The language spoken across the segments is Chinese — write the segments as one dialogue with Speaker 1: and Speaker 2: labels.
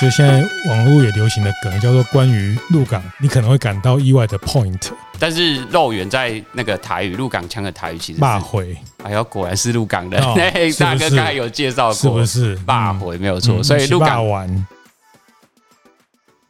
Speaker 1: 就现在网络也流行的梗叫做关于鹿港，你可能会感到意外的 point
Speaker 2: 但是肉圆在那个台语鹿港腔的台语其实是
Speaker 1: 骂回，
Speaker 2: 哎呦，果然是鹿港人
Speaker 1: 哦，
Speaker 2: 嘿，
Speaker 1: 是不
Speaker 2: 大哥
Speaker 1: 是
Speaker 2: 刚才有介绍过，
Speaker 1: 是不是？
Speaker 2: 霸
Speaker 1: 嗯
Speaker 2: 回没有错，
Speaker 1: 嗯
Speaker 2: 所以
Speaker 1: 吃
Speaker 2: 鹿
Speaker 1: 霸
Speaker 2: 港
Speaker 1: 丸。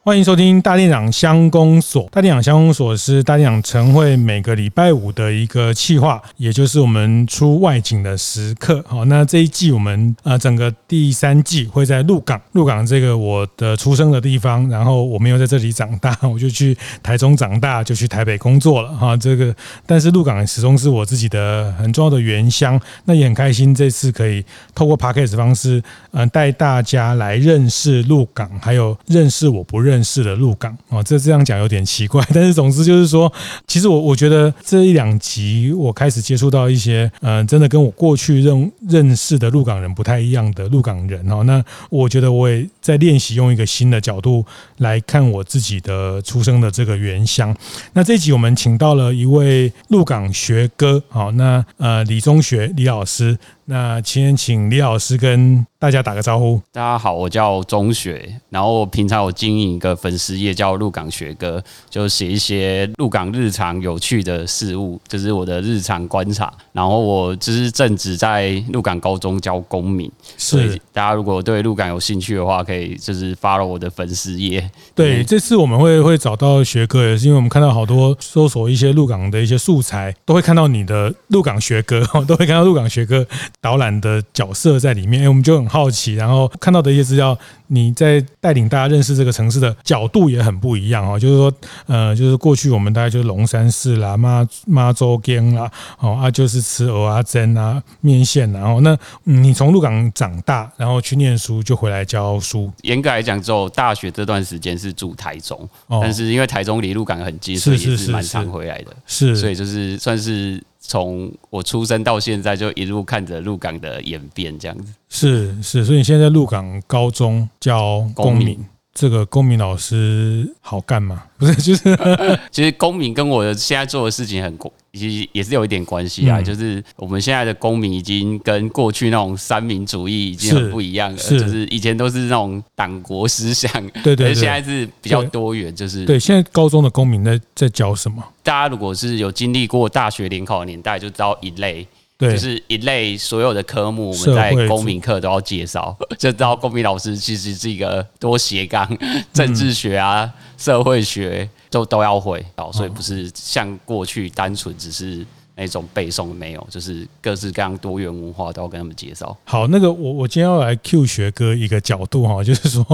Speaker 1: 欢迎收听大店长乡公所。大店长乡公所是大店长晨会每个礼拜五的一个企划，也就是我们出外景的时刻。好，那这一季我们呃整个第三季会在鹿港，鹿港这个我的出生的地方，然后我没有在这里长大， 我就去台中长大，就去台北工作了哈。这个，但是鹿港始终是我自己的很重要的原乡，那也很开心这次可以透过 p a c k a g e 方式，嗯、带大家来认识鹿港，还有认识我不认识的鹿港哦。这这样讲有点奇怪， 但是总之就是说，其实我我觉得这一两集我开始接触到一些，嗯、真的跟我过去认认识的鹿港人不太一样的鹿港人哦。那我觉得我也在练习用一个新的角度来看我自己的出生的这个原乡。那这一集我们请到了一位鹿港学哥，好，那呃李中学李老师，那先请李老师跟大家打个招呼。
Speaker 2: 大家好，我叫钟雪，然后我平常我经营一个粉丝页叫鹿港学哥，就写一些鹿港日常有趣的事物，就是我的日常观察。然后我就是正职在鹿港高中教公民，所以
Speaker 1: 是
Speaker 2: 大家如果对鹿港有兴趣的话，可以就是 follow 我的粉丝页。
Speaker 1: 对，
Speaker 2: 嗯
Speaker 1: 这次我们会会找到学哥，也是因为我们看到好多搜索一些鹿港的一些素材，都会看到你的鹿港学哥， 都会看到鹿港学哥导览的角色在里面。哎，我们就很好奇，然后看到的一些资料，你在带领大家认识这个城市的角度也很不一样哦。就是说，呃，就是过去我们大概就是龙山寺啦、妈妈周间啦，哦啊，就是吃蚵啊蒸啊、面线啊，然后那、嗯你从鹿港长大，然后去念书，就回来教书。
Speaker 2: 严格来讲，只有大学这段时间是住台中，
Speaker 1: 哦
Speaker 2: 但是因为台中离鹿港很近，
Speaker 1: 是
Speaker 2: 所以
Speaker 1: 是
Speaker 2: 也
Speaker 1: 是
Speaker 2: 是蛮
Speaker 1: 是
Speaker 2: 常回来的。
Speaker 1: 是，
Speaker 2: 所以就是算是从我出生到现在，就一路看着鹿港的演变这样子。
Speaker 1: 是是，所以你现在在鹿港高中教公
Speaker 2: 公
Speaker 1: 民，
Speaker 2: 民
Speaker 1: 这个公民老师好干嘛？不是，就是
Speaker 2: 其实公民跟我的现在做的事情很关，其实也是有一点关系啊。
Speaker 1: 嗯
Speaker 2: 就是我们现在的公民已经跟过去那种三民主义已经
Speaker 1: 是
Speaker 2: 很不一样了，
Speaker 1: 是
Speaker 2: 就是以前都是那种党国思想，
Speaker 1: 对
Speaker 2: 可
Speaker 1: 对
Speaker 2: 是现在
Speaker 1: 对，
Speaker 2: 是比较
Speaker 1: 对
Speaker 2: 多元，就是
Speaker 1: 对，现在高中的公民在在教什么？
Speaker 2: 大家如果是有经历过大学联考的年代，就知道一类
Speaker 1: 对，
Speaker 2: 就是一类所有的科目，我
Speaker 1: 社
Speaker 2: 们在
Speaker 1: 会
Speaker 2: 公民课都要介绍，就知道公民老师其实是一个多斜杠，政治学啊、社会学都都要会哦，所以不是像过去单纯只是那种背诵没有，就是各式各样多元文化都要跟他们介绍。
Speaker 1: 好，那个我我今天要来 Q 学哥一个角度哈， 就是说，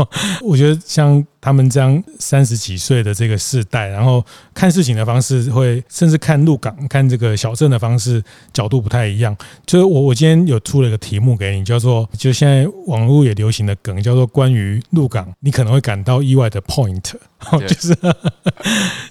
Speaker 1: 我觉得像他们这样三十几岁的这个世代，然后看事情的方式会，甚至看鹿港、看这个小镇的方式角度不太一样。就是我我今天有出了一个题目给你，叫做就现在网络也流行的梗，叫做关于鹿港，你可能会感到意外的 point，
Speaker 2: 对
Speaker 1: 就是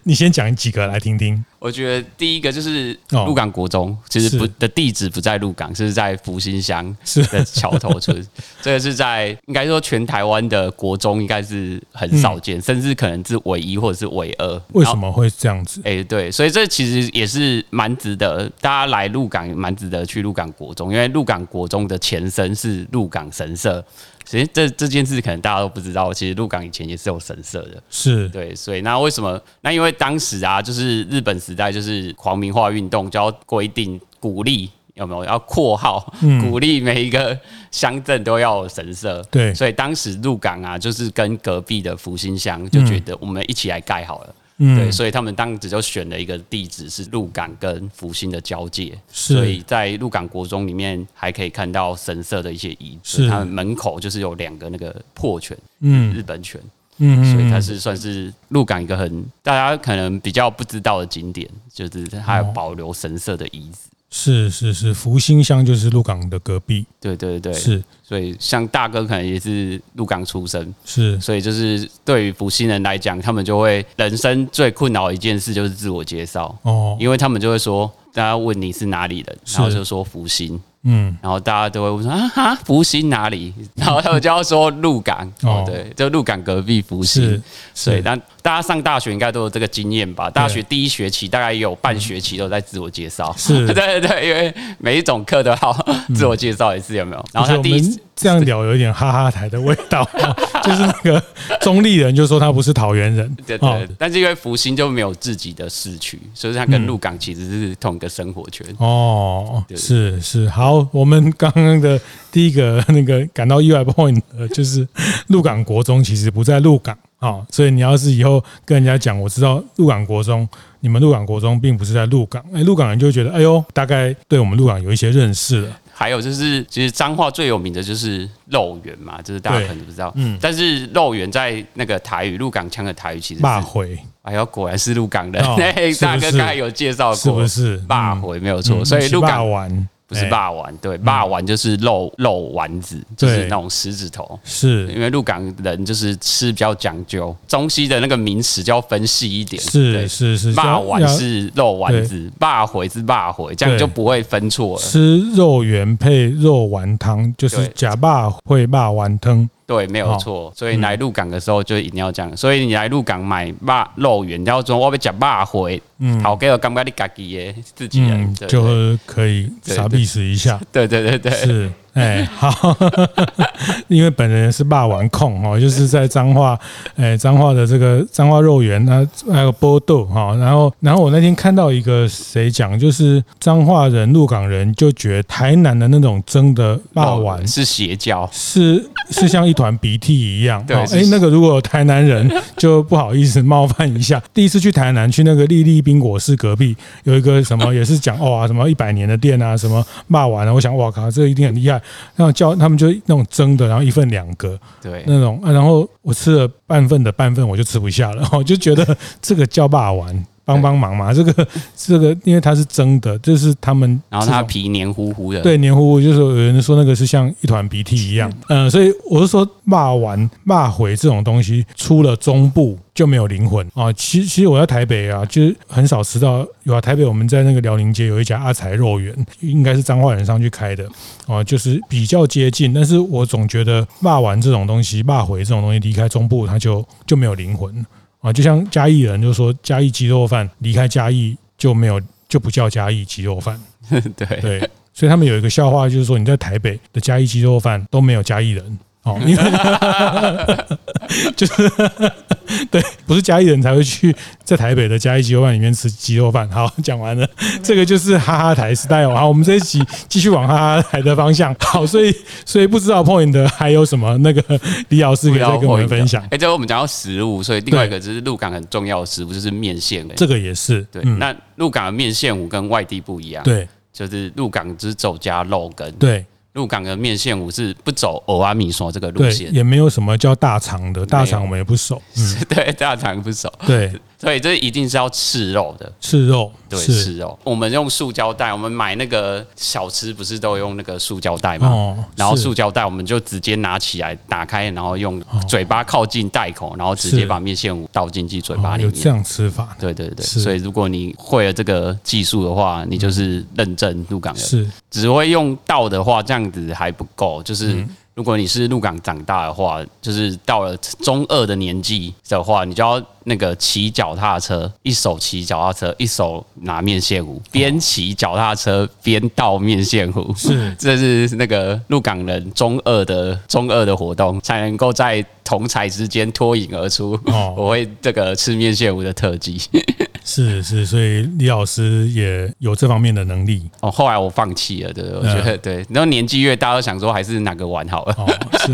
Speaker 1: 你先讲几个来听听。
Speaker 2: 我觉得第一个就是
Speaker 1: 哦
Speaker 2: 鹿港国中，其实不
Speaker 1: 是
Speaker 2: 的地址不在鹿港，是在福兴乡
Speaker 1: 是
Speaker 2: 的桥头村。 这个是在应该说全台湾的国中应该是很少见，甚至可能是唯一或者是唯二。
Speaker 1: 嗯为什
Speaker 2: 然后？
Speaker 1: 么会这样子？
Speaker 2: 哎、对，所以这其实也是蛮值得大家来鹿港，蛮值得去鹿港国中，因为鹿港国中的前身是鹿港神社。其实这这件事可能大家都不知道，其实鹿港以前也是有神社的。
Speaker 1: 是
Speaker 2: 对，所以那为什么？那因为当时啊，就是日本时代，就是皇民化运动就要规定鼓励有没有要括号、
Speaker 1: 嗯
Speaker 2: 鼓励每一个乡镇都要有神社。
Speaker 1: 对
Speaker 2: 所以当时鹿港啊，就是跟隔壁的福兴乡就觉得我们一起来盖好了。
Speaker 1: 嗯
Speaker 2: 对，所以他们当时就选了一个地址是鹿港跟福兴的交界，
Speaker 1: 是
Speaker 2: 所以在鹿港国中里面还可以看到神社的一些遗
Speaker 1: 是
Speaker 2: 址，他们门口就是有两个那个破犬，
Speaker 1: 嗯
Speaker 2: 日本犬，
Speaker 1: 嗯
Speaker 2: 所以它是算是鹿港一个很大家可能比较不知道的景点，就是它有
Speaker 1: 哦
Speaker 2: 保留神社的遗址。
Speaker 1: 是是是，福星乡就是鹿港的隔壁，
Speaker 2: 对对对，
Speaker 1: 是
Speaker 2: 所以像大哥可能也是鹿港出生，
Speaker 1: 是
Speaker 2: 所以就是对于福星人来讲，他们就会人生最困扰的一件事就是自我介绍，
Speaker 1: 哦，
Speaker 2: 因为他们就会说，大家问你是哪里人，
Speaker 1: 是
Speaker 2: 然后就说福星，
Speaker 1: 嗯，
Speaker 2: 然后大家都会问说啊哈，福星 哪里？然后他们就要说鹿港，
Speaker 1: 哦
Speaker 2: 哦，对，就鹿港隔壁福
Speaker 1: 是
Speaker 2: 星。对，
Speaker 1: 是
Speaker 2: 但大家上大学应该都有这个经验吧？大
Speaker 1: 对
Speaker 2: 学第一学期大概也有半学期都在自我介绍，
Speaker 1: 是
Speaker 2: 对对对，因为每一种课都要自我介绍一次，有没有？然
Speaker 1: 而
Speaker 2: 后
Speaker 1: 且
Speaker 2: 他
Speaker 1: 我
Speaker 2: 第一
Speaker 1: 们
Speaker 2: 次
Speaker 1: 这样聊有一点哈哈台的味 道，哦就是那个中立人就说他不是桃园人，
Speaker 2: 对对，
Speaker 1: 哦
Speaker 2: 但是因为福星就没有自己的市区，所以它
Speaker 1: 嗯
Speaker 2: 跟鹿港其实是同一个生活圈。
Speaker 1: 哦，
Speaker 2: 对
Speaker 1: 是是，好，我们刚刚的第一个那个感到意外 point 呃就是鹿港国中其实不在鹿港啊、哦，所以你要是以后跟人家讲，我知道鹿港国中，你们鹿港国中并不是在鹿港，哎，鹿港人就会觉得，哎呦，大概对我们鹿港有一些认识了，
Speaker 2: 还有就是，其实彰化最有名的就是肉圆嘛，就是大家可能不知道，
Speaker 1: 嗯
Speaker 2: 嗯，但是肉圆在那个台语鹿港腔的台语其实是
Speaker 1: 骂，回
Speaker 2: 哎呦，果然是鹿港人，
Speaker 1: 哦
Speaker 2: 嘿，
Speaker 1: 是不
Speaker 2: 大哥
Speaker 1: 是
Speaker 2: 刚才有介绍过，
Speaker 1: 是不是
Speaker 2: 霸
Speaker 1: 嗯
Speaker 2: 回没有错，所以鹿港
Speaker 1: 丸哎
Speaker 2: 不是霸丸，对，霸丸就是肉
Speaker 1: 嗯
Speaker 2: 肉丸子，就是那种食指头。因
Speaker 1: 是
Speaker 2: 为鹿港人就是吃比较讲究，中西的那个名词就要分细一点。
Speaker 1: 是
Speaker 2: 对
Speaker 1: 是是，
Speaker 2: 霸
Speaker 1: 要
Speaker 2: 丸
Speaker 1: 要
Speaker 2: 是肉丸子，霸回是霸回，这
Speaker 1: 对
Speaker 2: 样就不会分错了。
Speaker 1: 吃肉圆配肉丸汤，就是
Speaker 2: 对
Speaker 1: 假霸会霸丸汤，
Speaker 2: 对，没有
Speaker 1: 哦
Speaker 2: 错。所以来鹿港的时候就一定要这样。所以你来鹿港买霸肉圆，然后说我要吃霸回，好给我感觉你自己的自己人，
Speaker 1: 嗯，
Speaker 2: 对
Speaker 1: 就可以
Speaker 2: 对
Speaker 1: 傻
Speaker 2: 对
Speaker 1: 逼死一 下。
Speaker 2: 对对对对对，
Speaker 1: 是，哎、好， 因为本人是霸王控哦，就是在彰化，哎、彰化的这个彰化肉圆啊，还有波豆哈、然后，然后我那天看到一个谁讲，就是彰化人、鹿港人就觉得台南的那种蒸的霸
Speaker 2: 肉圆
Speaker 1: 王
Speaker 2: 哦是邪教。
Speaker 1: 是是像一团鼻涕一样。
Speaker 2: 对
Speaker 1: 哦
Speaker 2: 是
Speaker 1: 哎、那个如果有台南人就不好意思冒犯一下。 第一次去台南，去那个丽丽冰果室隔壁有一个什么，也是讲哇、什么一百年的店啊，什么骂完了，我想哇靠，这一定很厉害。然后叫他们就那种蒸的，然后一份两个
Speaker 2: 对，
Speaker 1: 那种、啊，然后我吃了半份的半份，我就吃不下了， 我就觉得这个叫霸丸。帮帮忙嘛，这个这个，因为它是蒸的，这是他们
Speaker 2: 然后
Speaker 1: 这
Speaker 2: 它
Speaker 1: 种
Speaker 2: 皮黏糊糊的，
Speaker 1: 对，黏糊糊，就是有人说那个是像一团鼻涕一样，呃，所以我是说，骂完骂回这种东西，出了中部就没有灵魂啊。其实其实我在台北啊，就是很少吃到有啊。台北我们在那个辽宁街有一家阿财肉圆，应该是彰化人上去开的啊，就是比较接近。但是我总觉得骂完这种东西，骂回这种东西离开中部，它就就没有灵魂了啊。就像嘉义人就说嘉义鸡肉饭离开嘉义就没有就不叫嘉义鸡肉饭。
Speaker 2: 对
Speaker 1: 对，所以他们有一个笑话，就是说你在台北的嘉义鸡肉饭都没有嘉义人哦，因 为就是 对，不是嘉义人才会去在台北的嘉义鸡肉饭里面吃鸡肉饭。好，讲完了，这个就是哈哈台 style。好，我们这一集继续往哈哈台的方向。好，所以所以不知道 point 的还有什么那个李老师可以再跟我们分享
Speaker 2: 哎、。这个我们讲到食物，所以另外一个就是鹿港很重要的食物就是面线、
Speaker 1: 这个也是
Speaker 2: 对，
Speaker 1: 嗯
Speaker 2: 那鹿港的面线糊跟外地不一样，，
Speaker 1: 对
Speaker 2: 就是鹿港只走加肉羹，，
Speaker 1: 对
Speaker 2: 鹿港的面线糊是不走欧阿米索这个路
Speaker 1: 对，
Speaker 2: 线，
Speaker 1: 也没有什么叫大肠的，大肠我们也不熟。嗯，
Speaker 2: 对，大肠不熟，
Speaker 1: 对，
Speaker 2: 所以这一定是要吃肉的。
Speaker 1: 吃肉
Speaker 2: 对，
Speaker 1: 是
Speaker 2: 吃肉。我们用塑胶袋，我们买那个小吃不是都用那个塑胶袋吗？
Speaker 1: 哦
Speaker 2: 然后
Speaker 1: 是哦
Speaker 2: 塑胶袋我们就直接拿起来打开，然后用嘴巴靠近袋口，然后直接
Speaker 1: 是
Speaker 2: 把面线糊倒进去嘴
Speaker 1: 哦
Speaker 2: 巴里
Speaker 1: 有
Speaker 2: 面。
Speaker 1: 这样吃法，
Speaker 2: 对对对，
Speaker 1: 是
Speaker 2: 所以如果你会了这个技术的话，你就是认证鹿港人。
Speaker 1: 是
Speaker 2: 只会用到的话，这样子还不够。
Speaker 1: 嗯
Speaker 2: 就是如果你是鹿港长大的话，就是到了中二的年纪的话，你就要那个骑脚踏车，一手骑脚踏车，一手拿面线
Speaker 1: 哦
Speaker 2: 糊，边骑脚踏车边倒面线糊。
Speaker 1: 是
Speaker 2: 这是那个鹿港人中二的中二的活动，才能够在同才之间脱颖而出。
Speaker 1: 哦
Speaker 2: 我会这个吃面线糊的特技。
Speaker 1: 是是，所以李老师也有这方面的能力
Speaker 2: 哦，后来我放弃了，对，我觉
Speaker 1: 嗯
Speaker 2: 得对。然后年纪越大，都想说还是哪个玩好了。
Speaker 1: 哦。是，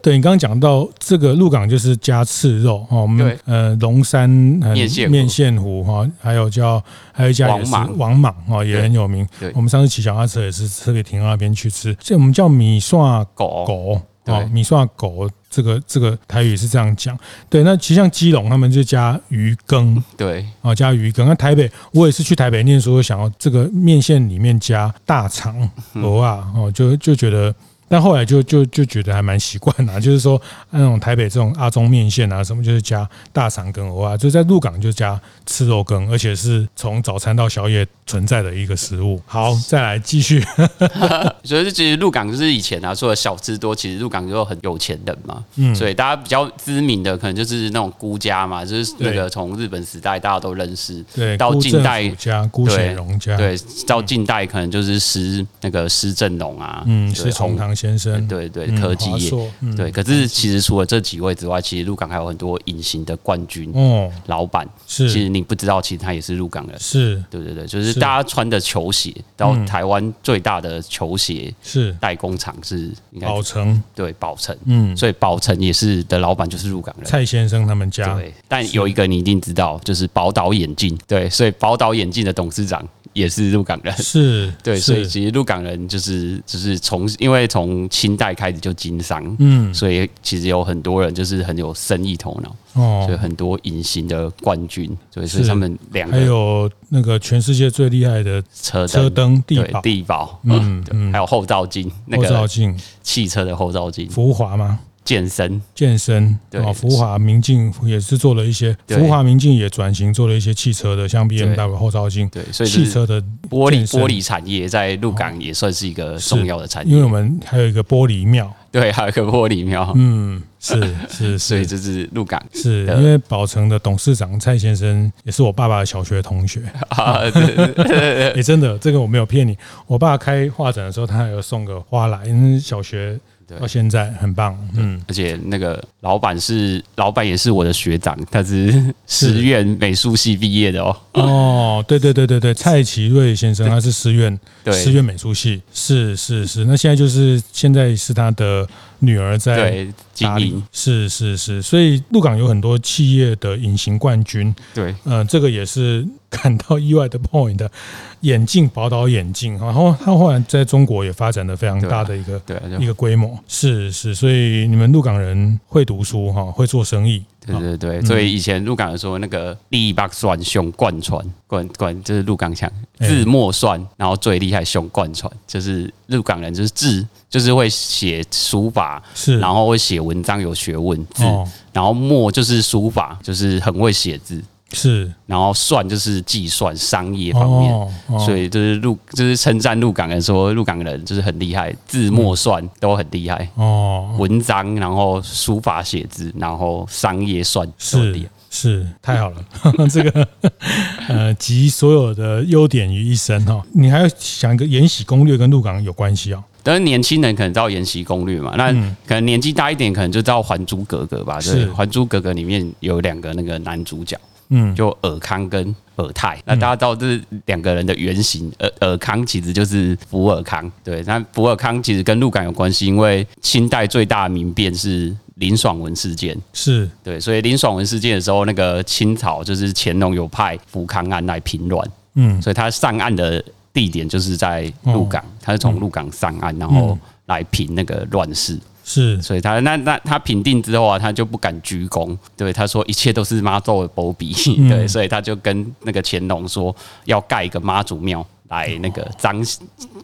Speaker 1: 对你刚刚讲到这个鹿港就是加刺肉哦，我们
Speaker 2: 对
Speaker 1: 呃龙山呃
Speaker 2: 面线糊
Speaker 1: 面线糊哈，还有叫还有一家也是
Speaker 2: 王莽
Speaker 1: 王莽哦，也很有名
Speaker 2: 对。
Speaker 1: 我们上次骑脚踏车也是特别停到那边去吃，这我们叫米刷
Speaker 2: 狗
Speaker 1: 狗
Speaker 2: 对
Speaker 1: 哦，米刷狗这个这个台语是这样讲。对，那其实像基隆他们就加鱼羹。
Speaker 2: 对，
Speaker 1: 啊，加鱼羹。那台北，我也是去台北
Speaker 2: 嗯
Speaker 1: 念书，想要这个面线里面加大肠、鹅啊，哦，就就觉得但后来就就就觉得还蛮习惯的啊， 就是说那种台北这种阿中面线啊什么，就是加大肠跟蚵啊，就在鹿港就加吃肉羹，而且是从早餐到宵夜存在的一个食物。好，再来继 续。
Speaker 2: 所以其实鹿港就是以前啊，除了小吃多，其实鹿港就很有钱人嘛，
Speaker 1: 嗯
Speaker 2: 所以大家比较知名的可能就是那种孤家嘛，就是那
Speaker 1: 对
Speaker 2: 个从日本时代大家都认识，
Speaker 1: 对，啊嗯
Speaker 2: 到
Speaker 1: 辜
Speaker 2: 近
Speaker 1: 振
Speaker 2: 代
Speaker 1: 甫家、辜雪荣家，，
Speaker 2: 对，到近代可能就是施那个施正荣啊，
Speaker 1: 嗯，
Speaker 2: 对
Speaker 1: 是崇
Speaker 2: 洪
Speaker 1: 堂先生，
Speaker 2: 对对
Speaker 1: 嗯
Speaker 2: 科技
Speaker 1: 华
Speaker 2: 业
Speaker 1: 硕，嗯
Speaker 2: 对，可是其实除了这几位之外，其实鹿港还有很多隐形的冠军
Speaker 1: 哦，
Speaker 2: 老板，其
Speaker 1: 是
Speaker 2: 实你不知道，其实他也是鹿港人。
Speaker 1: 是
Speaker 2: 对对对，就是
Speaker 1: 是
Speaker 2: 大家穿的球鞋，然后
Speaker 1: 嗯
Speaker 2: 台湾最大的球鞋
Speaker 1: 是，
Speaker 2: 代工厂是应该
Speaker 1: 宝成，
Speaker 2: 对宝城，
Speaker 1: 嗯，
Speaker 2: 所以宝城也是的老板就是鹿港人。
Speaker 1: 蔡先生他们家，
Speaker 2: 对，但有一个你一定知道，就是宝岛眼镜。对，所以宝岛眼镜的董事长也是鹿港人。
Speaker 1: 是，
Speaker 2: 对，所以
Speaker 1: 是
Speaker 2: 其实鹿港人就是就是从因为从清代开始就经商，
Speaker 1: 嗯，
Speaker 2: 所以其实有很多人就是很有生意头脑，所以
Speaker 1: 哦，
Speaker 2: 很多隐形的冠军，所以所以
Speaker 1: 是
Speaker 2: 他们两
Speaker 1: 还
Speaker 2: 个
Speaker 1: 有那个全世界最厉害的
Speaker 2: 车
Speaker 1: 车
Speaker 2: 灯、
Speaker 1: 灯地
Speaker 2: 对
Speaker 1: 堡、
Speaker 2: 地保，
Speaker 1: 嗯
Speaker 2: 嗯，
Speaker 1: 嗯
Speaker 2: 对，还有后照镜，那
Speaker 1: 后照
Speaker 2: 个
Speaker 1: 镜、
Speaker 2: 汽车的后照镜，
Speaker 1: 福华吗？
Speaker 2: 健身，
Speaker 1: 健身
Speaker 2: 对
Speaker 1: 哦，福华明镜也是做了一些，
Speaker 2: 对
Speaker 1: 福华明镜也转型做了一些汽车的，像 B M W 后照镜，
Speaker 2: 对，所以就
Speaker 1: 汽
Speaker 2: 是
Speaker 1: 车的
Speaker 2: 玻
Speaker 1: 健
Speaker 2: 璃
Speaker 1: 身哦
Speaker 2: 玻璃产业在鹿港也算是一个
Speaker 1: 是
Speaker 2: 重要的产
Speaker 1: 因为我
Speaker 2: 业，
Speaker 1: 们还有一个玻璃庙，
Speaker 2: 对，还有一个玻璃庙，
Speaker 1: 嗯，是是
Speaker 2: 所以
Speaker 1: 是。
Speaker 2: 这是鹿港
Speaker 1: 是
Speaker 2: 的
Speaker 1: 因为宝城的董事长蔡先生也是我爸爸的小学同学，
Speaker 2: 啊，对
Speaker 1: 哎、真的，这个我没有骗你。我爸开画展的时候，他还有送个花来，因为小学
Speaker 2: 对
Speaker 1: 到现在很棒，嗯，
Speaker 2: 而且那个老板是老板也是我的学长，他是师院美术系毕业的哦。
Speaker 1: 哦，对对对对对，蔡奇瑞先生他是师院
Speaker 2: 对
Speaker 1: 师院美术系，是是是。那现在就是现在是他的女儿在
Speaker 2: 对，
Speaker 1: 打
Speaker 2: 经
Speaker 1: 理
Speaker 2: 营，
Speaker 1: 是是是。所以鹿港有很多企业的隐形冠军，
Speaker 2: 对
Speaker 1: 呃，这个也是 感到意外的 point 的眼镜宝岛眼镜，然后他后来在中国也发展的非常
Speaker 2: 对啊
Speaker 1: 大的一个。
Speaker 2: 对啊，
Speaker 1: 一
Speaker 2: 就
Speaker 1: 个规模是是，所以你们鹿港人会读书哈，会做生意，哦
Speaker 2: 对对对，
Speaker 1: 嗯
Speaker 2: 所以以前鹿港说那个第一把蒜熊贯穿贯贯，就是鹿港腔
Speaker 1: 哎
Speaker 2: 字墨蒜，然后最厉害熊贯穿，就是鹿港人就是字就是会写书法，
Speaker 1: 是
Speaker 2: 然后会写文章有学问字，
Speaker 1: 哦
Speaker 2: 然后墨就是书法，就是很会写字，
Speaker 1: 是
Speaker 2: 然后算就是计算商业方面。
Speaker 1: 哦，哦
Speaker 2: 所以就是鹿，就是称赞鹿港人说，鹿港人就是很厉害，字墨算都很厉害，
Speaker 1: 嗯哦
Speaker 2: 文章，然后书法写字，然后商业算都很厉
Speaker 1: 是
Speaker 2: 害。
Speaker 1: 是太好了， 这个呃集所有的优点于一身哈。你还要想一个《延禧攻略》跟鹿港有关系哦，
Speaker 2: 但是年轻人可能知道《延禧攻略》嘛，那可能年纪大一点，可能就知道《还珠格格》吧。
Speaker 1: 嗯
Speaker 2: 对，
Speaker 1: 是
Speaker 2: 《还珠格格》里面有两个那个男主角，
Speaker 1: 嗯，
Speaker 2: 就尔康跟尔泰。那大家知道这两个人的原型，尔尔康其实就是福尔康，对。那福尔康其实跟鹿港有关系，因为清代最大的民变是林爽文事件。
Speaker 1: 是
Speaker 2: 对，所以林爽文事件的时候，那个清朝就是乾隆有派福康案来平乱，
Speaker 1: 嗯
Speaker 2: 所以他上岸的地点就是在鹿港，他是从鹿港上岸，然后来平那个乱世。
Speaker 1: 是
Speaker 2: 所以他那那他平定之后啊，他就不敢鞠躬，对他说一切都是妈祖的保庇，
Speaker 1: 嗯
Speaker 2: 对，所以他就跟那个乾隆说要盖一个妈祖庙。来那个彰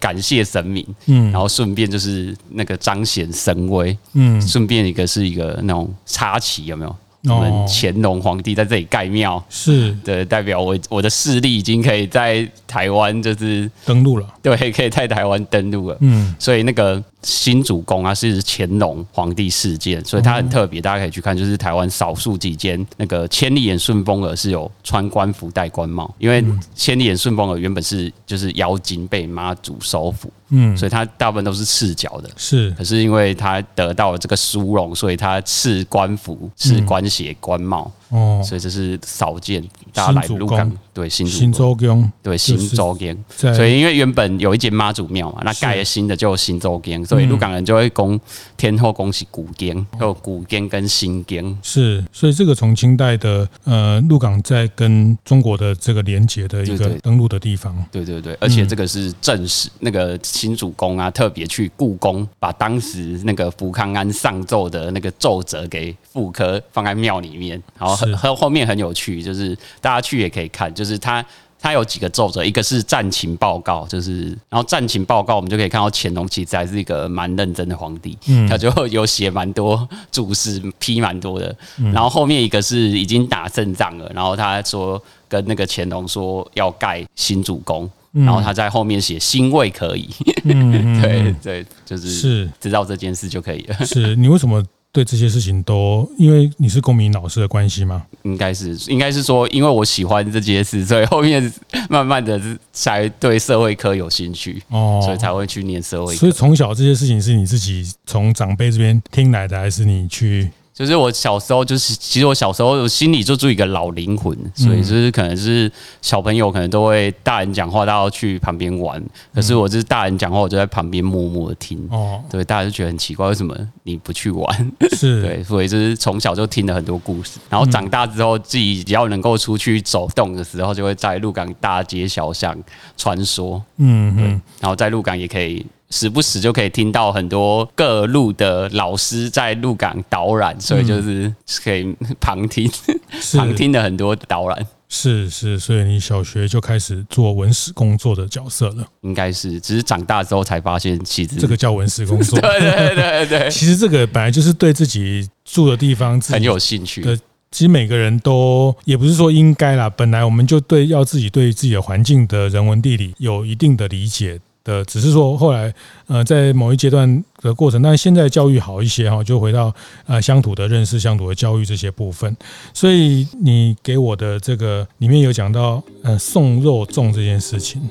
Speaker 2: 感谢神明，
Speaker 1: 嗯
Speaker 2: 然后顺便就是那个彰显神威，
Speaker 1: 嗯哦
Speaker 2: 顺便一个是一个那种插旗，有没有？我们乾隆皇帝在这里盖庙，
Speaker 1: 是
Speaker 2: 对，代表我我的势力已经可以在台湾，就是
Speaker 1: 登陆了，
Speaker 2: 对，可以在台湾登陆了。
Speaker 1: 嗯
Speaker 2: 所以那个新主公啊是乾隆皇帝事件，所以
Speaker 1: 哦
Speaker 2: 它很特别，大家可以去看，就是台湾少数几间那个千里眼顺风耳是有穿官服戴官帽，因
Speaker 1: 嗯
Speaker 2: 为千里眼顺风耳原本是就是妖精被妈祖收服，
Speaker 1: 嗯
Speaker 2: 所以它大部分都是赤脚的。
Speaker 1: 是
Speaker 2: 可是因为他得到了这个殊荣，所以他赐官服、赐
Speaker 1: 嗯
Speaker 2: 官鞋、官帽，
Speaker 1: 哦，
Speaker 2: 所以这是少见。大家来
Speaker 1: 新主
Speaker 2: 鹿
Speaker 1: 公
Speaker 2: 港，对新主
Speaker 1: 新
Speaker 2: 公，
Speaker 1: 州宫
Speaker 2: 对
Speaker 1: 就
Speaker 2: 新
Speaker 1: 是
Speaker 2: 周间，
Speaker 1: 在
Speaker 2: 所以因为原本有一间妈祖庙嘛，那盖了新的就有新周间，所以鹿港人就会供天后宫是古间，还有古间跟新间。
Speaker 1: 是，所以这个从清代的呃鹿港在跟中国的这个连接的一
Speaker 2: 对
Speaker 1: 个
Speaker 2: 对
Speaker 1: 登陆的地方，
Speaker 2: 对对对，而且这个是正史那个新主公啊，特别去故宫把当时那个福康安上奏的那个奏折给复刻放在庙里面，然后
Speaker 1: 是
Speaker 2: 很后后面很有趣，就是大家去也可以看，就是他。它有几个奏折，一个是战情报告，就是然后战情报告我们就可以看到乾隆其实还是一个蛮认真的皇帝，他就有写蛮多注释，批蛮多的。然后后面一个是已经打胜仗了，然后他说跟那个乾隆说要盖新主公。然后他在后面写欣慰可以， 对对，就是
Speaker 1: 是
Speaker 2: 知道这件事就可以了。
Speaker 1: 是 你为什么对这些事情都，因为你是公民老师的关系吗？
Speaker 2: 应该是应该是说，因为我喜欢这件事，所以后面慢慢的才对社会科有兴趣，
Speaker 1: 哦
Speaker 2: 所以才会去念社会
Speaker 1: 所
Speaker 2: 科
Speaker 1: 以。从小这些事情是你自己从长辈这边听来的，还是你去？
Speaker 2: 就是我小时候，就是其实我小时候我心里就住一个老灵魂，
Speaker 1: 嗯
Speaker 2: 所以就是可能是小朋友可能都会大人讲话，他要去旁边玩，可是我就是大人讲话，我就在旁边默默的听。
Speaker 1: 嗯哦，
Speaker 2: 对，大家就觉得很奇怪，为什么你不去玩？
Speaker 1: 是，
Speaker 2: 对，所以就是从小就听了很多故事，然后
Speaker 1: 嗯
Speaker 2: 长大之后自己只要能够出去走动的时候，就会在鹿港大街小巷穿梭，
Speaker 1: 嗯嗯，
Speaker 2: 然后在鹿港也可以时不时就可以听到很多各路的老师在鹿港导览，所以就是可以 旁听，
Speaker 1: 嗯是
Speaker 2: 旁听的很多导览。
Speaker 1: 是是，所以你小学就开始做文史工作的角色了，
Speaker 2: 应该是，只是长大之后才发现，其实
Speaker 1: 这个叫文史工作。
Speaker 2: 对对对对，
Speaker 1: 其实这个本来就是对自己住的地方自
Speaker 2: 很
Speaker 1: 己
Speaker 2: 有兴趣。
Speaker 1: 对其实每个人都也不是说应该啦，本来我们就对要自己对自己的环境的人文地理有一定的理解的，只是说后来呃在某一阶段的过程，但现在教育好一些哈，就回到呃乡土的认识、乡土的教育这些部分。所以你给我的这个里面有讲到呃送肉粽这件事情。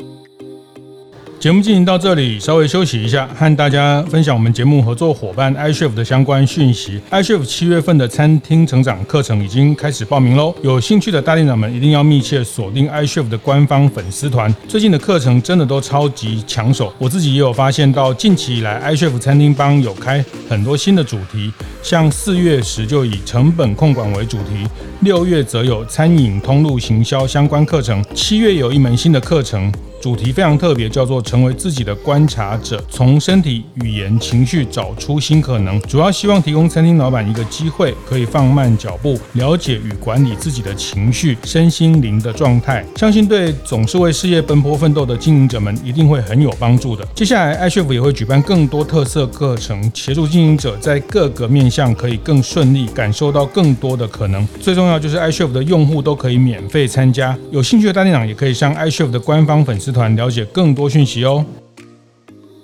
Speaker 1: 节目进行到这里，稍微休息一下，和大家分享我们节目合作伙伴 iChef 的相关讯息。iChef 七月份的餐厅成长课程已经开始报名喽，有兴趣的大店长们一定要密切锁定 iChef 的官方粉丝团，最近的课程真的都超级抢手。我自己也有发现到，近期以来 iChef 餐厅帮有开很多新的主题，像四月时就以成本控管为主题，六月则有餐饮通路行销相关课程，七月有一门新的课程。主题非常特别，叫做“成为自己的观察者”，从身体、语言、情绪找出新可能。主要希望提供餐厅老板一个机会，可以放慢脚步，了解与管理自己的情绪、身心灵的状态。相信对总是为事业奔波奋斗的经营者们一定会很有帮助的。接下来，iChef 也会举办更多特色课程，协助经营者在各个面向可以更顺利，感受到更多的可能。最重要就是 iChef 的用户都可以免费参加，有兴趣的大店长也可以上 iChef 的官方粉丝团了解更多讯息哦。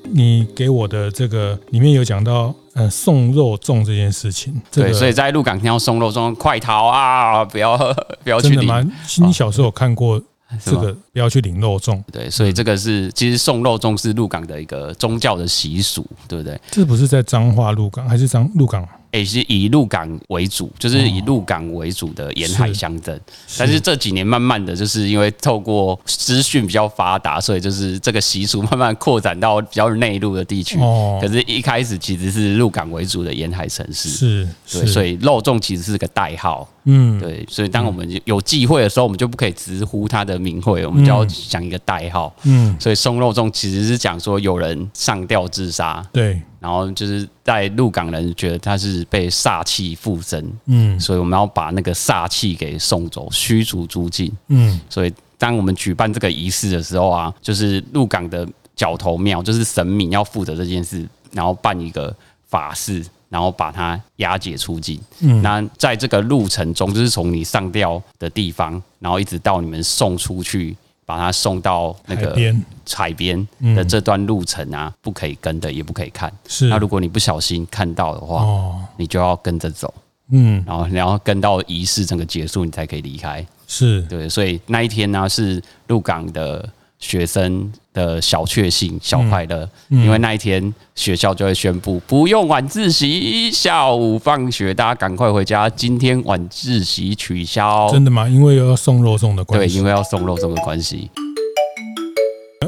Speaker 1: 你给我的这个里面有讲到，呃，送肉粽这件事情，这个
Speaker 2: 对，所以在鹿港听到松肉粽，快逃啊！不要不要去
Speaker 1: 真的
Speaker 2: 领哦
Speaker 1: 吗？你小时候有看过
Speaker 2: 是
Speaker 1: 这
Speaker 2: 吗
Speaker 1: 个不要去领肉粽，
Speaker 2: 对，所以这个是其实送肉粽是鹿港的一个宗教的习俗，对不对？
Speaker 1: 这不是在彰化鹿港还是彰鹿港？
Speaker 2: 也是以鹿港为主，就是
Speaker 1: 哦
Speaker 2: 以鹿港为主的沿海乡镇。但是这几年慢慢的，就是因为透过资讯比较发达，所以就是这个习俗慢慢扩展到比较内陆的地区。
Speaker 1: 哦
Speaker 2: 可是，一开始其实是鹿港为主的沿海城市。
Speaker 1: 是
Speaker 2: 对，
Speaker 1: 是，
Speaker 2: 所以肉粽其实是个代号，
Speaker 1: 嗯，
Speaker 2: 对，所以当我们有忌讳的时候，我们就不可以直呼它的名讳，我们就要想一个代号。
Speaker 1: 嗯，
Speaker 2: 所以松肉粽其实是讲说有人上吊自杀，
Speaker 1: 对，
Speaker 2: 然后就是在鹿港人觉得他是被煞气附身，
Speaker 1: 嗯
Speaker 2: 所以我们要把那个煞气给送走，驱逐诸尽。
Speaker 1: 嗯
Speaker 2: 所以当我们举办这个仪式的时候啊，就是鹿港的角头庙，就是神明要负责这件事，然后办一个法事，然后把它押解出境。
Speaker 1: 嗯
Speaker 2: 那在这个路程中，就是从你上吊的地方，然后一直到你们送出去，把它送到那
Speaker 1: 海
Speaker 2: 个
Speaker 1: 边
Speaker 2: 海边的这段路程啊，不可以跟的，也不可以看。
Speaker 1: 是
Speaker 2: 那如果你不小心看到的话，
Speaker 1: 哦，
Speaker 2: 你就要跟着走，
Speaker 1: 嗯
Speaker 2: 然后你要跟到仪式整个结束，你才可以离开。
Speaker 1: 是，
Speaker 2: 对，所以那一天呢、是鹿港的学生的小确幸、小快乐，
Speaker 3: 嗯
Speaker 2: 因为那一天学校就会宣布不用晚自习，下午放学大家赶快回家，今天晚自习取消。
Speaker 1: 真的吗？因为有要送肉粽的
Speaker 2: 哦对，
Speaker 1: 关系
Speaker 2: 因，为要送肉粽的关系，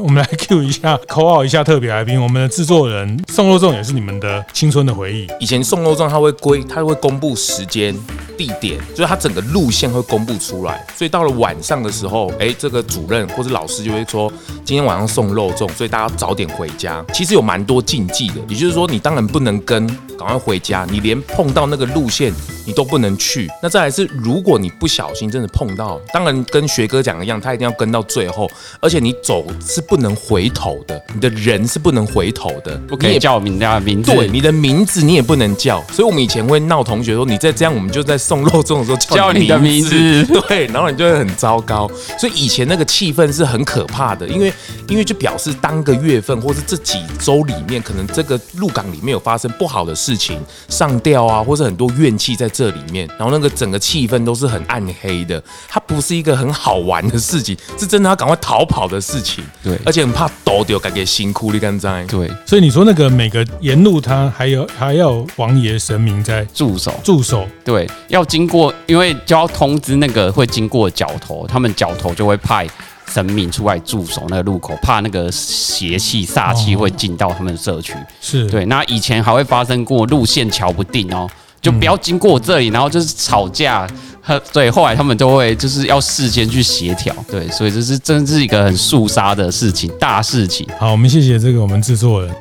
Speaker 1: 我们来 Q 一下， 口号一下特别来宾，我们的制作人送肉粽也是你们的青春的回忆，
Speaker 3: 以前送肉粽它会规，它会公布时间、地点，就是它整个路线会公布出来。所以到了晚上的时候，哎、这个主任或者老师就会说，今天晚上送肉粽，所以大家早点回家。其实有蛮多禁忌的，也就是说，你当然不能跟，赶快回家，你连碰到那个路线，你你都不能去。那再来是，如果你不小心真的碰到，当然跟学哥讲的一样，他一定要跟到最后，而且你走是不能回头的，你的人是不能回头的，
Speaker 2: 不可以
Speaker 3: 你也
Speaker 2: 叫我名家名字。
Speaker 3: 对你的名字你也不能叫，所以我们以前会闹同学说你再这样，我们就在送肉粽的时候
Speaker 2: 叫
Speaker 3: 叫
Speaker 2: 你
Speaker 3: 你
Speaker 2: 的名字
Speaker 3: 对，然后你就会很糟糕。所以以前那个气氛是很可怕的，因为因为就表示当个月份或是这几周里面，可能这个鹿港里面有发生不好的事情，上吊啊，或是很多怨气在这里面，然后那个整个气氛都是很暗黑的，它不是一个很好玩的事情，是真的要赶快逃跑的事情。
Speaker 2: 对
Speaker 3: 而且很怕抖掉，感觉辛苦你敢知道吗？
Speaker 2: 对，
Speaker 1: 所以你说那个每个沿路它还有还有王爷神明在
Speaker 2: 助手
Speaker 1: 驻守，
Speaker 2: 对要经过，因为就要通知那个会经过角头，他们角头就会派神明出来驻守那个路口，怕那个邪气煞气
Speaker 3: 哦
Speaker 2: 会进到他们的社区。
Speaker 1: 是
Speaker 2: 对，那以前还会发生过路线瞧不定哦，就
Speaker 1: 嗯
Speaker 2: 不要经过我这里，然后就是吵架。呵对，后来他们都会就是要事先去协调，对，所以这是真是一个很肃杀的事情，大事情。
Speaker 1: 好，我们谢谢这个我们制作人。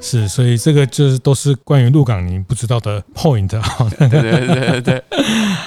Speaker 1: 是，所以这个就是都是关于鹿港你不知道的 point 啊。
Speaker 2: 对对对对对，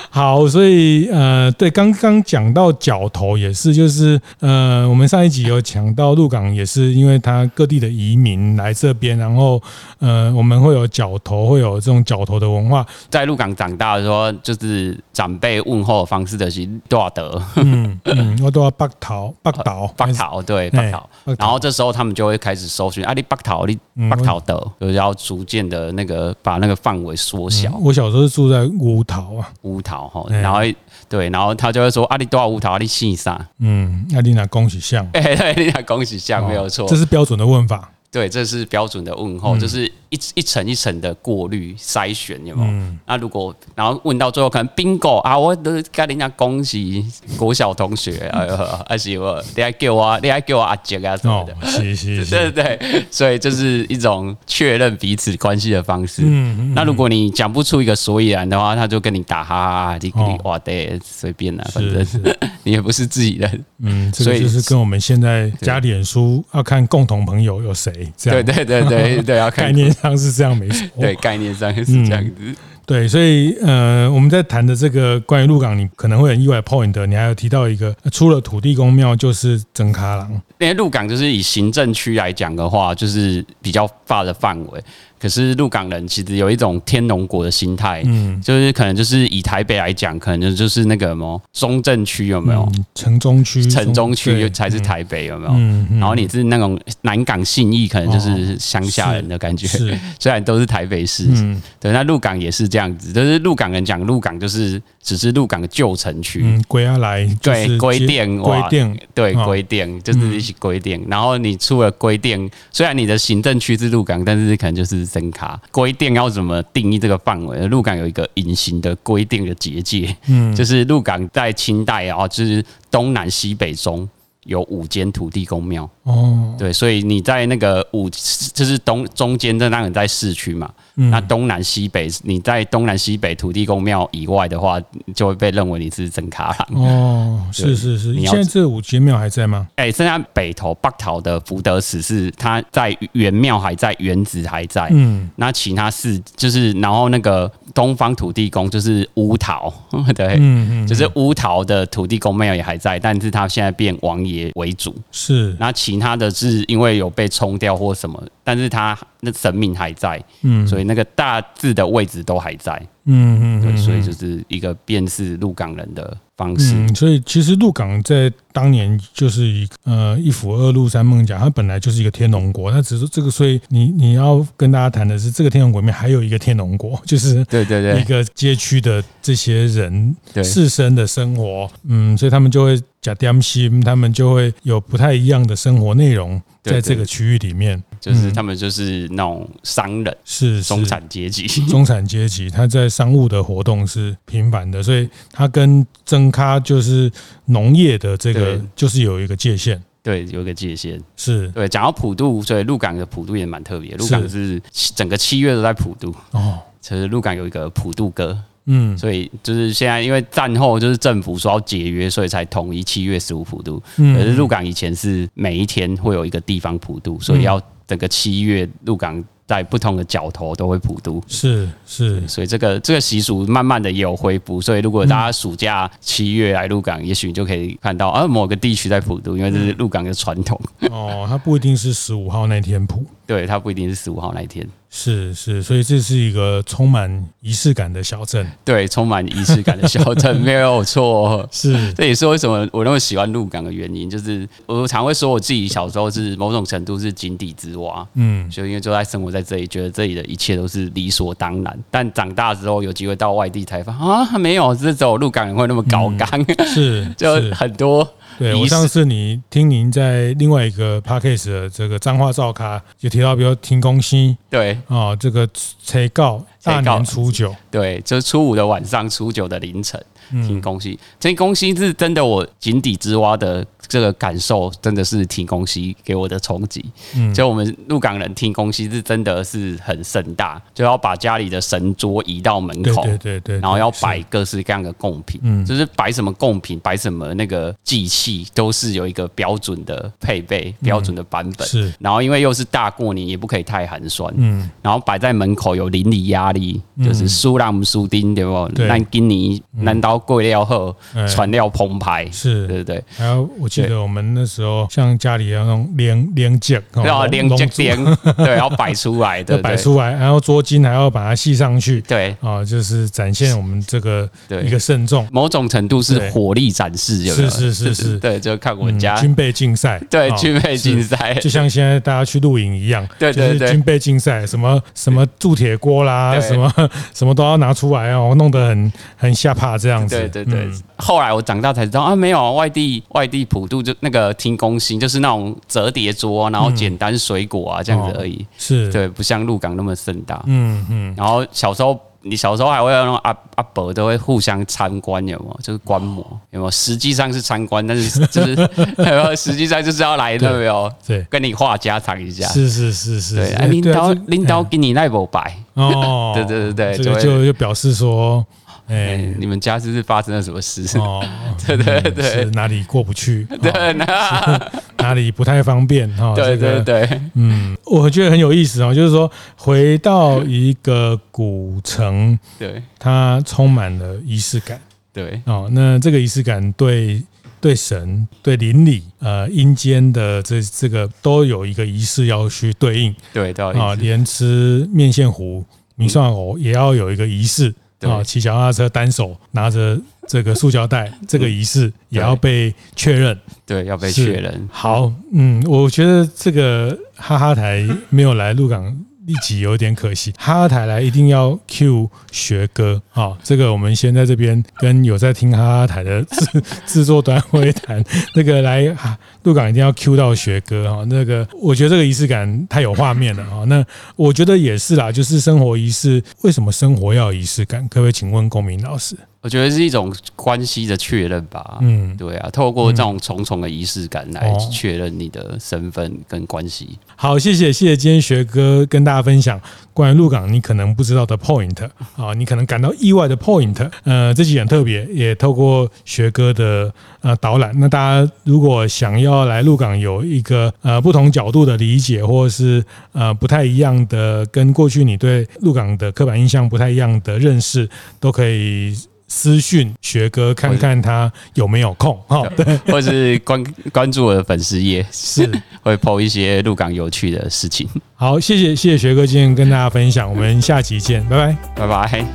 Speaker 1: 好，所以呃，对，刚刚讲到角头也是，就是呃，我们上一集有讲到鹿港也是，因为它各地的移民来这边，然后呃，我们会有角头，会有这种角头的文化。
Speaker 2: 在鹿港长大的时候，就是长辈问候的方式就是多少德、
Speaker 1: 嗯 嗯，我都要北头，北岛，
Speaker 2: 哦北桃，对
Speaker 1: 哎
Speaker 2: 北桃
Speaker 1: 北。投
Speaker 2: 然后这时候他们就会开始搜寻，啊，你北桃，你
Speaker 1: 嗯
Speaker 2: 北桃德，就是要逐渐的那个把那个范围缩小。
Speaker 1: 我小时候住在乌头啊，
Speaker 2: 乌桃哈，
Speaker 1: 嗯
Speaker 2: 然后对，然后他就会说啊，你多少乌桃，啊，你姓啥？
Speaker 1: 嗯，那你拿恭喜像，
Speaker 2: 哎、对，你讲恭喜酱没有错，
Speaker 1: 哦这是嗯标准的问法。
Speaker 2: 对，这是标准的问候，就是一一层一层的过滤筛选，有没有？
Speaker 1: 嗯
Speaker 2: 那如果然后问到最后，可能 bingo 啊，我都跟人家恭喜国小同学，哎呦，还是我，你还叫我，你还叫我阿杰啊什么
Speaker 1: 哦
Speaker 2: 的。，
Speaker 1: 是是
Speaker 2: 对
Speaker 1: 是，
Speaker 2: 对对，所以这是一种确认彼此关系的方式。
Speaker 1: 嗯嗯
Speaker 2: 那如果你讲不出一个所以然的话，他就跟你打哈哈，你你
Speaker 1: 哦
Speaker 2: 哇对，随便啦，反
Speaker 1: 是
Speaker 2: 正
Speaker 1: 是，
Speaker 2: 你也不是自己人。
Speaker 1: 嗯，这
Speaker 2: 所
Speaker 1: 个
Speaker 2: 以
Speaker 1: 就是跟我们现在加脸书要看共同朋友有谁，这
Speaker 2: 对
Speaker 1: 样
Speaker 2: 对对对对，要看
Speaker 1: 概念上是这样没错。
Speaker 2: 对，概念上是这样子。
Speaker 1: 对，所以呃，我们在谈的这个关于鹿港，你可能会很意外的 point 的，你还有提到一个，呃除了土地公庙就是真卡郎，
Speaker 2: 因为鹿港就是以行政区来讲的话，就是比较大的范围。可是鹿港人其实有一种天龙国的心态，嗯，就是可能就是以台北来讲，可能就是那个什么中正区有没有？
Speaker 1: 嗯，城中区，
Speaker 2: 城中区
Speaker 1: 对
Speaker 2: 才是台北有没有？
Speaker 1: 嗯嗯
Speaker 2: 然后你是那种南港信义，可能就是
Speaker 1: 哦
Speaker 2: 乡下人的感觉，
Speaker 1: 是是
Speaker 2: 虽然都是台北市，
Speaker 1: 嗯
Speaker 2: 对，那鹿港也是这样子，就是鹿港人讲鹿港就是只是鹿港的旧城区，
Speaker 1: 嗯，归下来就是
Speaker 2: 对
Speaker 1: 接
Speaker 2: 规定
Speaker 1: 规
Speaker 2: 哇
Speaker 1: 定，
Speaker 2: 对，
Speaker 1: 哦
Speaker 2: 规定就是一起规定。然后你出了规定，虽然你的行政区是鹿港，但是可能就是深卡规定要怎么定义这个范围？鹿港有一个隐形的规定的结界，
Speaker 1: 嗯
Speaker 2: 就是鹿港在清代啊，就是东南西北中。有五间土地公庙，
Speaker 1: 哦，
Speaker 2: 对，所以你在那个五，就是东中间的那个在市区嘛，
Speaker 1: 嗯
Speaker 2: 那东南西北，你在东南西北土地公庙以外的话，就会被认为你是真卡郎。
Speaker 1: 哦，是
Speaker 2: 对
Speaker 1: 是是，
Speaker 2: 你要
Speaker 1: 现在这五间庙还在吗？
Speaker 2: 哎、剩下北投、北投的福德祠是它在原庙还在，原址还在。
Speaker 1: 嗯，
Speaker 2: 那其他寺就是，然后那个东方土地公就是乌桃， 对，
Speaker 1: 嗯嗯，
Speaker 2: 就是乌桃的土地公庙也还在，但是它现在变王爷为主。
Speaker 1: 是，
Speaker 2: 那其他的是因为有被冲掉或什么，但是它那神明还在，
Speaker 1: 嗯
Speaker 2: 所以那个大致的位置都还在，
Speaker 1: 嗯嗯
Speaker 2: 对，
Speaker 1: 嗯，
Speaker 2: 所以就是一个辨识鹿港人的方式。
Speaker 1: 嗯，所以其实鹿港在当年就是一个呃一府二鹿三艋甲，它本来就是一个天龙国，那只是这个，所以你你要跟大家谈的是，这个天龙国里面还有一个天龙国， 就是
Speaker 2: 对对
Speaker 1: 一
Speaker 2: 对
Speaker 1: 个街区的这些人
Speaker 2: 对
Speaker 1: 士绅的生活，嗯，所以他们就会假点心，他们就会有不太一样的生活内容
Speaker 2: 对
Speaker 1: 在
Speaker 2: 对
Speaker 1: 这个区域里面，
Speaker 2: 就是他们就是那种商人。
Speaker 1: 是是
Speaker 2: 中产阶级，
Speaker 1: 中产阶级，他在商务的活动是频繁的，所以他跟增咖就是农业的这个
Speaker 2: 对
Speaker 1: 就是有一个界限，
Speaker 2: 对，有一个界限。
Speaker 1: 是
Speaker 2: 对，讲到普渡，所以鹿港的普渡也蛮特别。鹿港是整个七月都在普渡，
Speaker 1: 哦，
Speaker 2: 就是鹿港有一个普渡歌，
Speaker 1: 嗯
Speaker 2: 所以就是现在因为战后就是政府说要节约，所以才统一七月十五普渡。可是鹿港以前是每一天会有一个地方普渡，所以要整个七月鹿港。在不同的角头都会普渡，
Speaker 1: 是是，
Speaker 2: 所以这个这个习俗慢慢的也有恢复。所以如果大家暑假七月来鹿港，也许你就可以看到啊某个地区在普渡，因为这是鹿港的传统。
Speaker 1: 哦，它不一定是十五号那天谱，
Speaker 2: 对，它不一定是十五号那一天。
Speaker 1: 是是，所以这是一个充满仪式感的小镇，
Speaker 2: 对，充满仪式感的小镇没有错。
Speaker 1: 是
Speaker 2: 这也是为什么我那么喜欢鹿港的原因，就是我常会说我自己小时候是某种程度是井底之蛙，
Speaker 1: 嗯
Speaker 2: 就因为就在生活在这里，觉得这里的一切都是理所当然。但长大之后有机会到外地才发现啊，没有，这只有鹿港人会那么高刚，
Speaker 1: 嗯是
Speaker 2: 就是很多
Speaker 1: 对我
Speaker 2: 仪式
Speaker 1: 上次你听您在另外一个 podcast 的这个彰化照咖也提到，比如停工期
Speaker 2: 对
Speaker 1: 啊，这个催告大
Speaker 2: 催告
Speaker 1: 年初九，
Speaker 2: 对，就是初五的晚上，初九的凌晨
Speaker 1: 嗯
Speaker 2: 听公西，这公西是真的，我井底之蛙的这个感受真的是听公西给我的冲击。
Speaker 1: 嗯
Speaker 2: 就我们鹿港人听公西是真的是很盛大，就要把家里的神桌移到门
Speaker 1: 对
Speaker 2: 口，
Speaker 1: 对对对，
Speaker 2: 然后要
Speaker 1: 是
Speaker 2: 摆各式各样的贡品，
Speaker 1: 嗯
Speaker 2: 就是摆什么贡品，摆什么那个祭器，都是有一个标准的配备、标准的版本。
Speaker 1: 是
Speaker 2: 然后因为又是大过年，也不可以太寒酸，
Speaker 1: 嗯
Speaker 2: 然后摆在门口有邻里压力，
Speaker 1: 嗯
Speaker 2: 就是苏朗苏丁对不？
Speaker 1: 对嗯
Speaker 2: 咱今年难道贵料后
Speaker 1: 哎
Speaker 2: 传料澎湃，
Speaker 1: 是哦
Speaker 2: 对不对？
Speaker 1: 还有，我记
Speaker 2: 对
Speaker 1: 得我们那时候像家里要用连连接，哦
Speaker 2: 然后
Speaker 1: 龙
Speaker 2: 啊连
Speaker 1: 龙
Speaker 2: 接
Speaker 1: 珠
Speaker 2: 点， 对，要摆出来，对
Speaker 1: 要
Speaker 2: 不
Speaker 1: 摆
Speaker 2: 对？
Speaker 1: 出来，然后捉襟还要把它系上去，
Speaker 2: 对
Speaker 1: 啊，就是展现我们这个
Speaker 2: 对
Speaker 1: 一个慎重，
Speaker 2: 某种程度是火力展示，有没有？
Speaker 1: 是是是是
Speaker 2: 对，就看
Speaker 1: 嗯
Speaker 2: 我们家
Speaker 1: 军备竞赛，
Speaker 2: 对
Speaker 1: 啊
Speaker 2: 军备竞赛
Speaker 1: 是就像现在大家去露营一样，
Speaker 2: 对对
Speaker 1: 就是
Speaker 2: 对
Speaker 1: 军备竞赛，什么什么铸铁锅啦，
Speaker 2: 对
Speaker 1: 什么 什么都要拿出来哦，弄得很很吓怕这样子，
Speaker 2: 对对对，
Speaker 1: 嗯
Speaker 2: 后来我长大才知道啊，没有外地外地普渡就那个听工薪，就是那种折叠桌，啊
Speaker 1: 嗯
Speaker 2: 然后简单水果啊这样子而已。
Speaker 1: 哦是，
Speaker 2: 对，不像鹿港那么盛大。
Speaker 1: 嗯嗯，
Speaker 2: 然后小时候，你小时候还会有那种阿阿伯都会互相参观，有没有？就是观摩，有没有？实际上是参观，但是 就是有没有实际上就是要来的，有没有？
Speaker 1: 对
Speaker 2: 跟你话家常一下。
Speaker 1: 是是是是，
Speaker 2: 对，
Speaker 1: 是
Speaker 2: 啊，领
Speaker 1: 对啊
Speaker 2: 导
Speaker 1: 这
Speaker 2: 领导给你那不摆，，
Speaker 1: 哦
Speaker 2: 对对对对
Speaker 1: 这个
Speaker 2: 就
Speaker 1: 就就表示说，哎
Speaker 2: 哎，，你们家是不是发生了什么事？
Speaker 1: 哦，
Speaker 2: 对对对
Speaker 1: 嗯是哪里过不去，哦
Speaker 2: 对，那
Speaker 1: 哪里不太方便哈，
Speaker 2: 对
Speaker 1: 这个
Speaker 2: 对对，
Speaker 1: 嗯，我觉得很有意思哦，就是说回到一个古城，
Speaker 2: 对
Speaker 1: 它充满了仪式感
Speaker 2: 对
Speaker 1: 哦。那这个仪式感对对神、对邻里、呃阴间的这这个都有一个仪式要去对应
Speaker 2: 对，都
Speaker 1: 啊、
Speaker 2: 要一直
Speaker 1: 连吃面线糊、米蒜藕也要有一个仪式
Speaker 2: 对
Speaker 1: 啊、骑脚踏车单手拿着这个塑胶袋，这个仪式也要被确认。
Speaker 2: 对要被
Speaker 1: 是
Speaker 2: 确认。
Speaker 1: 好，嗯，我觉得这个哈哈台没有来鹿港一集有点可惜，哈哈台来一定要 Q 学哥啊、这个我们先在这边跟有在听哈哈台的制制作端会谈，那个来啊鹿港一定要 Q 到学哥啊、那个我觉得这个仪式感太有画面了啊、那我觉得也是啦，就是生活仪式，为什么生活要有仪式感？各位请问公民老师，
Speaker 2: 我觉得是一种关系的确认吧。
Speaker 1: 嗯
Speaker 2: 对啊，透过这种重重的仪式感来
Speaker 1: 哦
Speaker 2: 确认你的身份跟关系。
Speaker 1: 好，谢谢谢谢今天学哥跟大家分享关于鹿港你可能不知道的 point 啊，你可能感到意外的 point。呃，这集很特别，也透过学哥的呃导览，那大家如果想要来鹿港有一个呃不同角度的理解，或是呃不太一样的跟过去你对鹿港的刻板印象不太一样的认识，都可以。私讯学哥看看他有没有空哈，对，
Speaker 2: 或是关关注我的粉丝页，
Speaker 1: 是
Speaker 2: 会 PO 一些鹿港有趣的事情。
Speaker 1: 好，谢谢谢谢学哥今天跟大家分享，我们下集见，拜拜。
Speaker 2: 拜拜。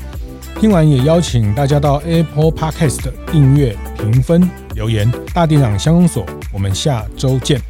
Speaker 1: 听完也邀请大家到 Apple Podcast 订阅、评分、留言。大店长相公所，我们下周见。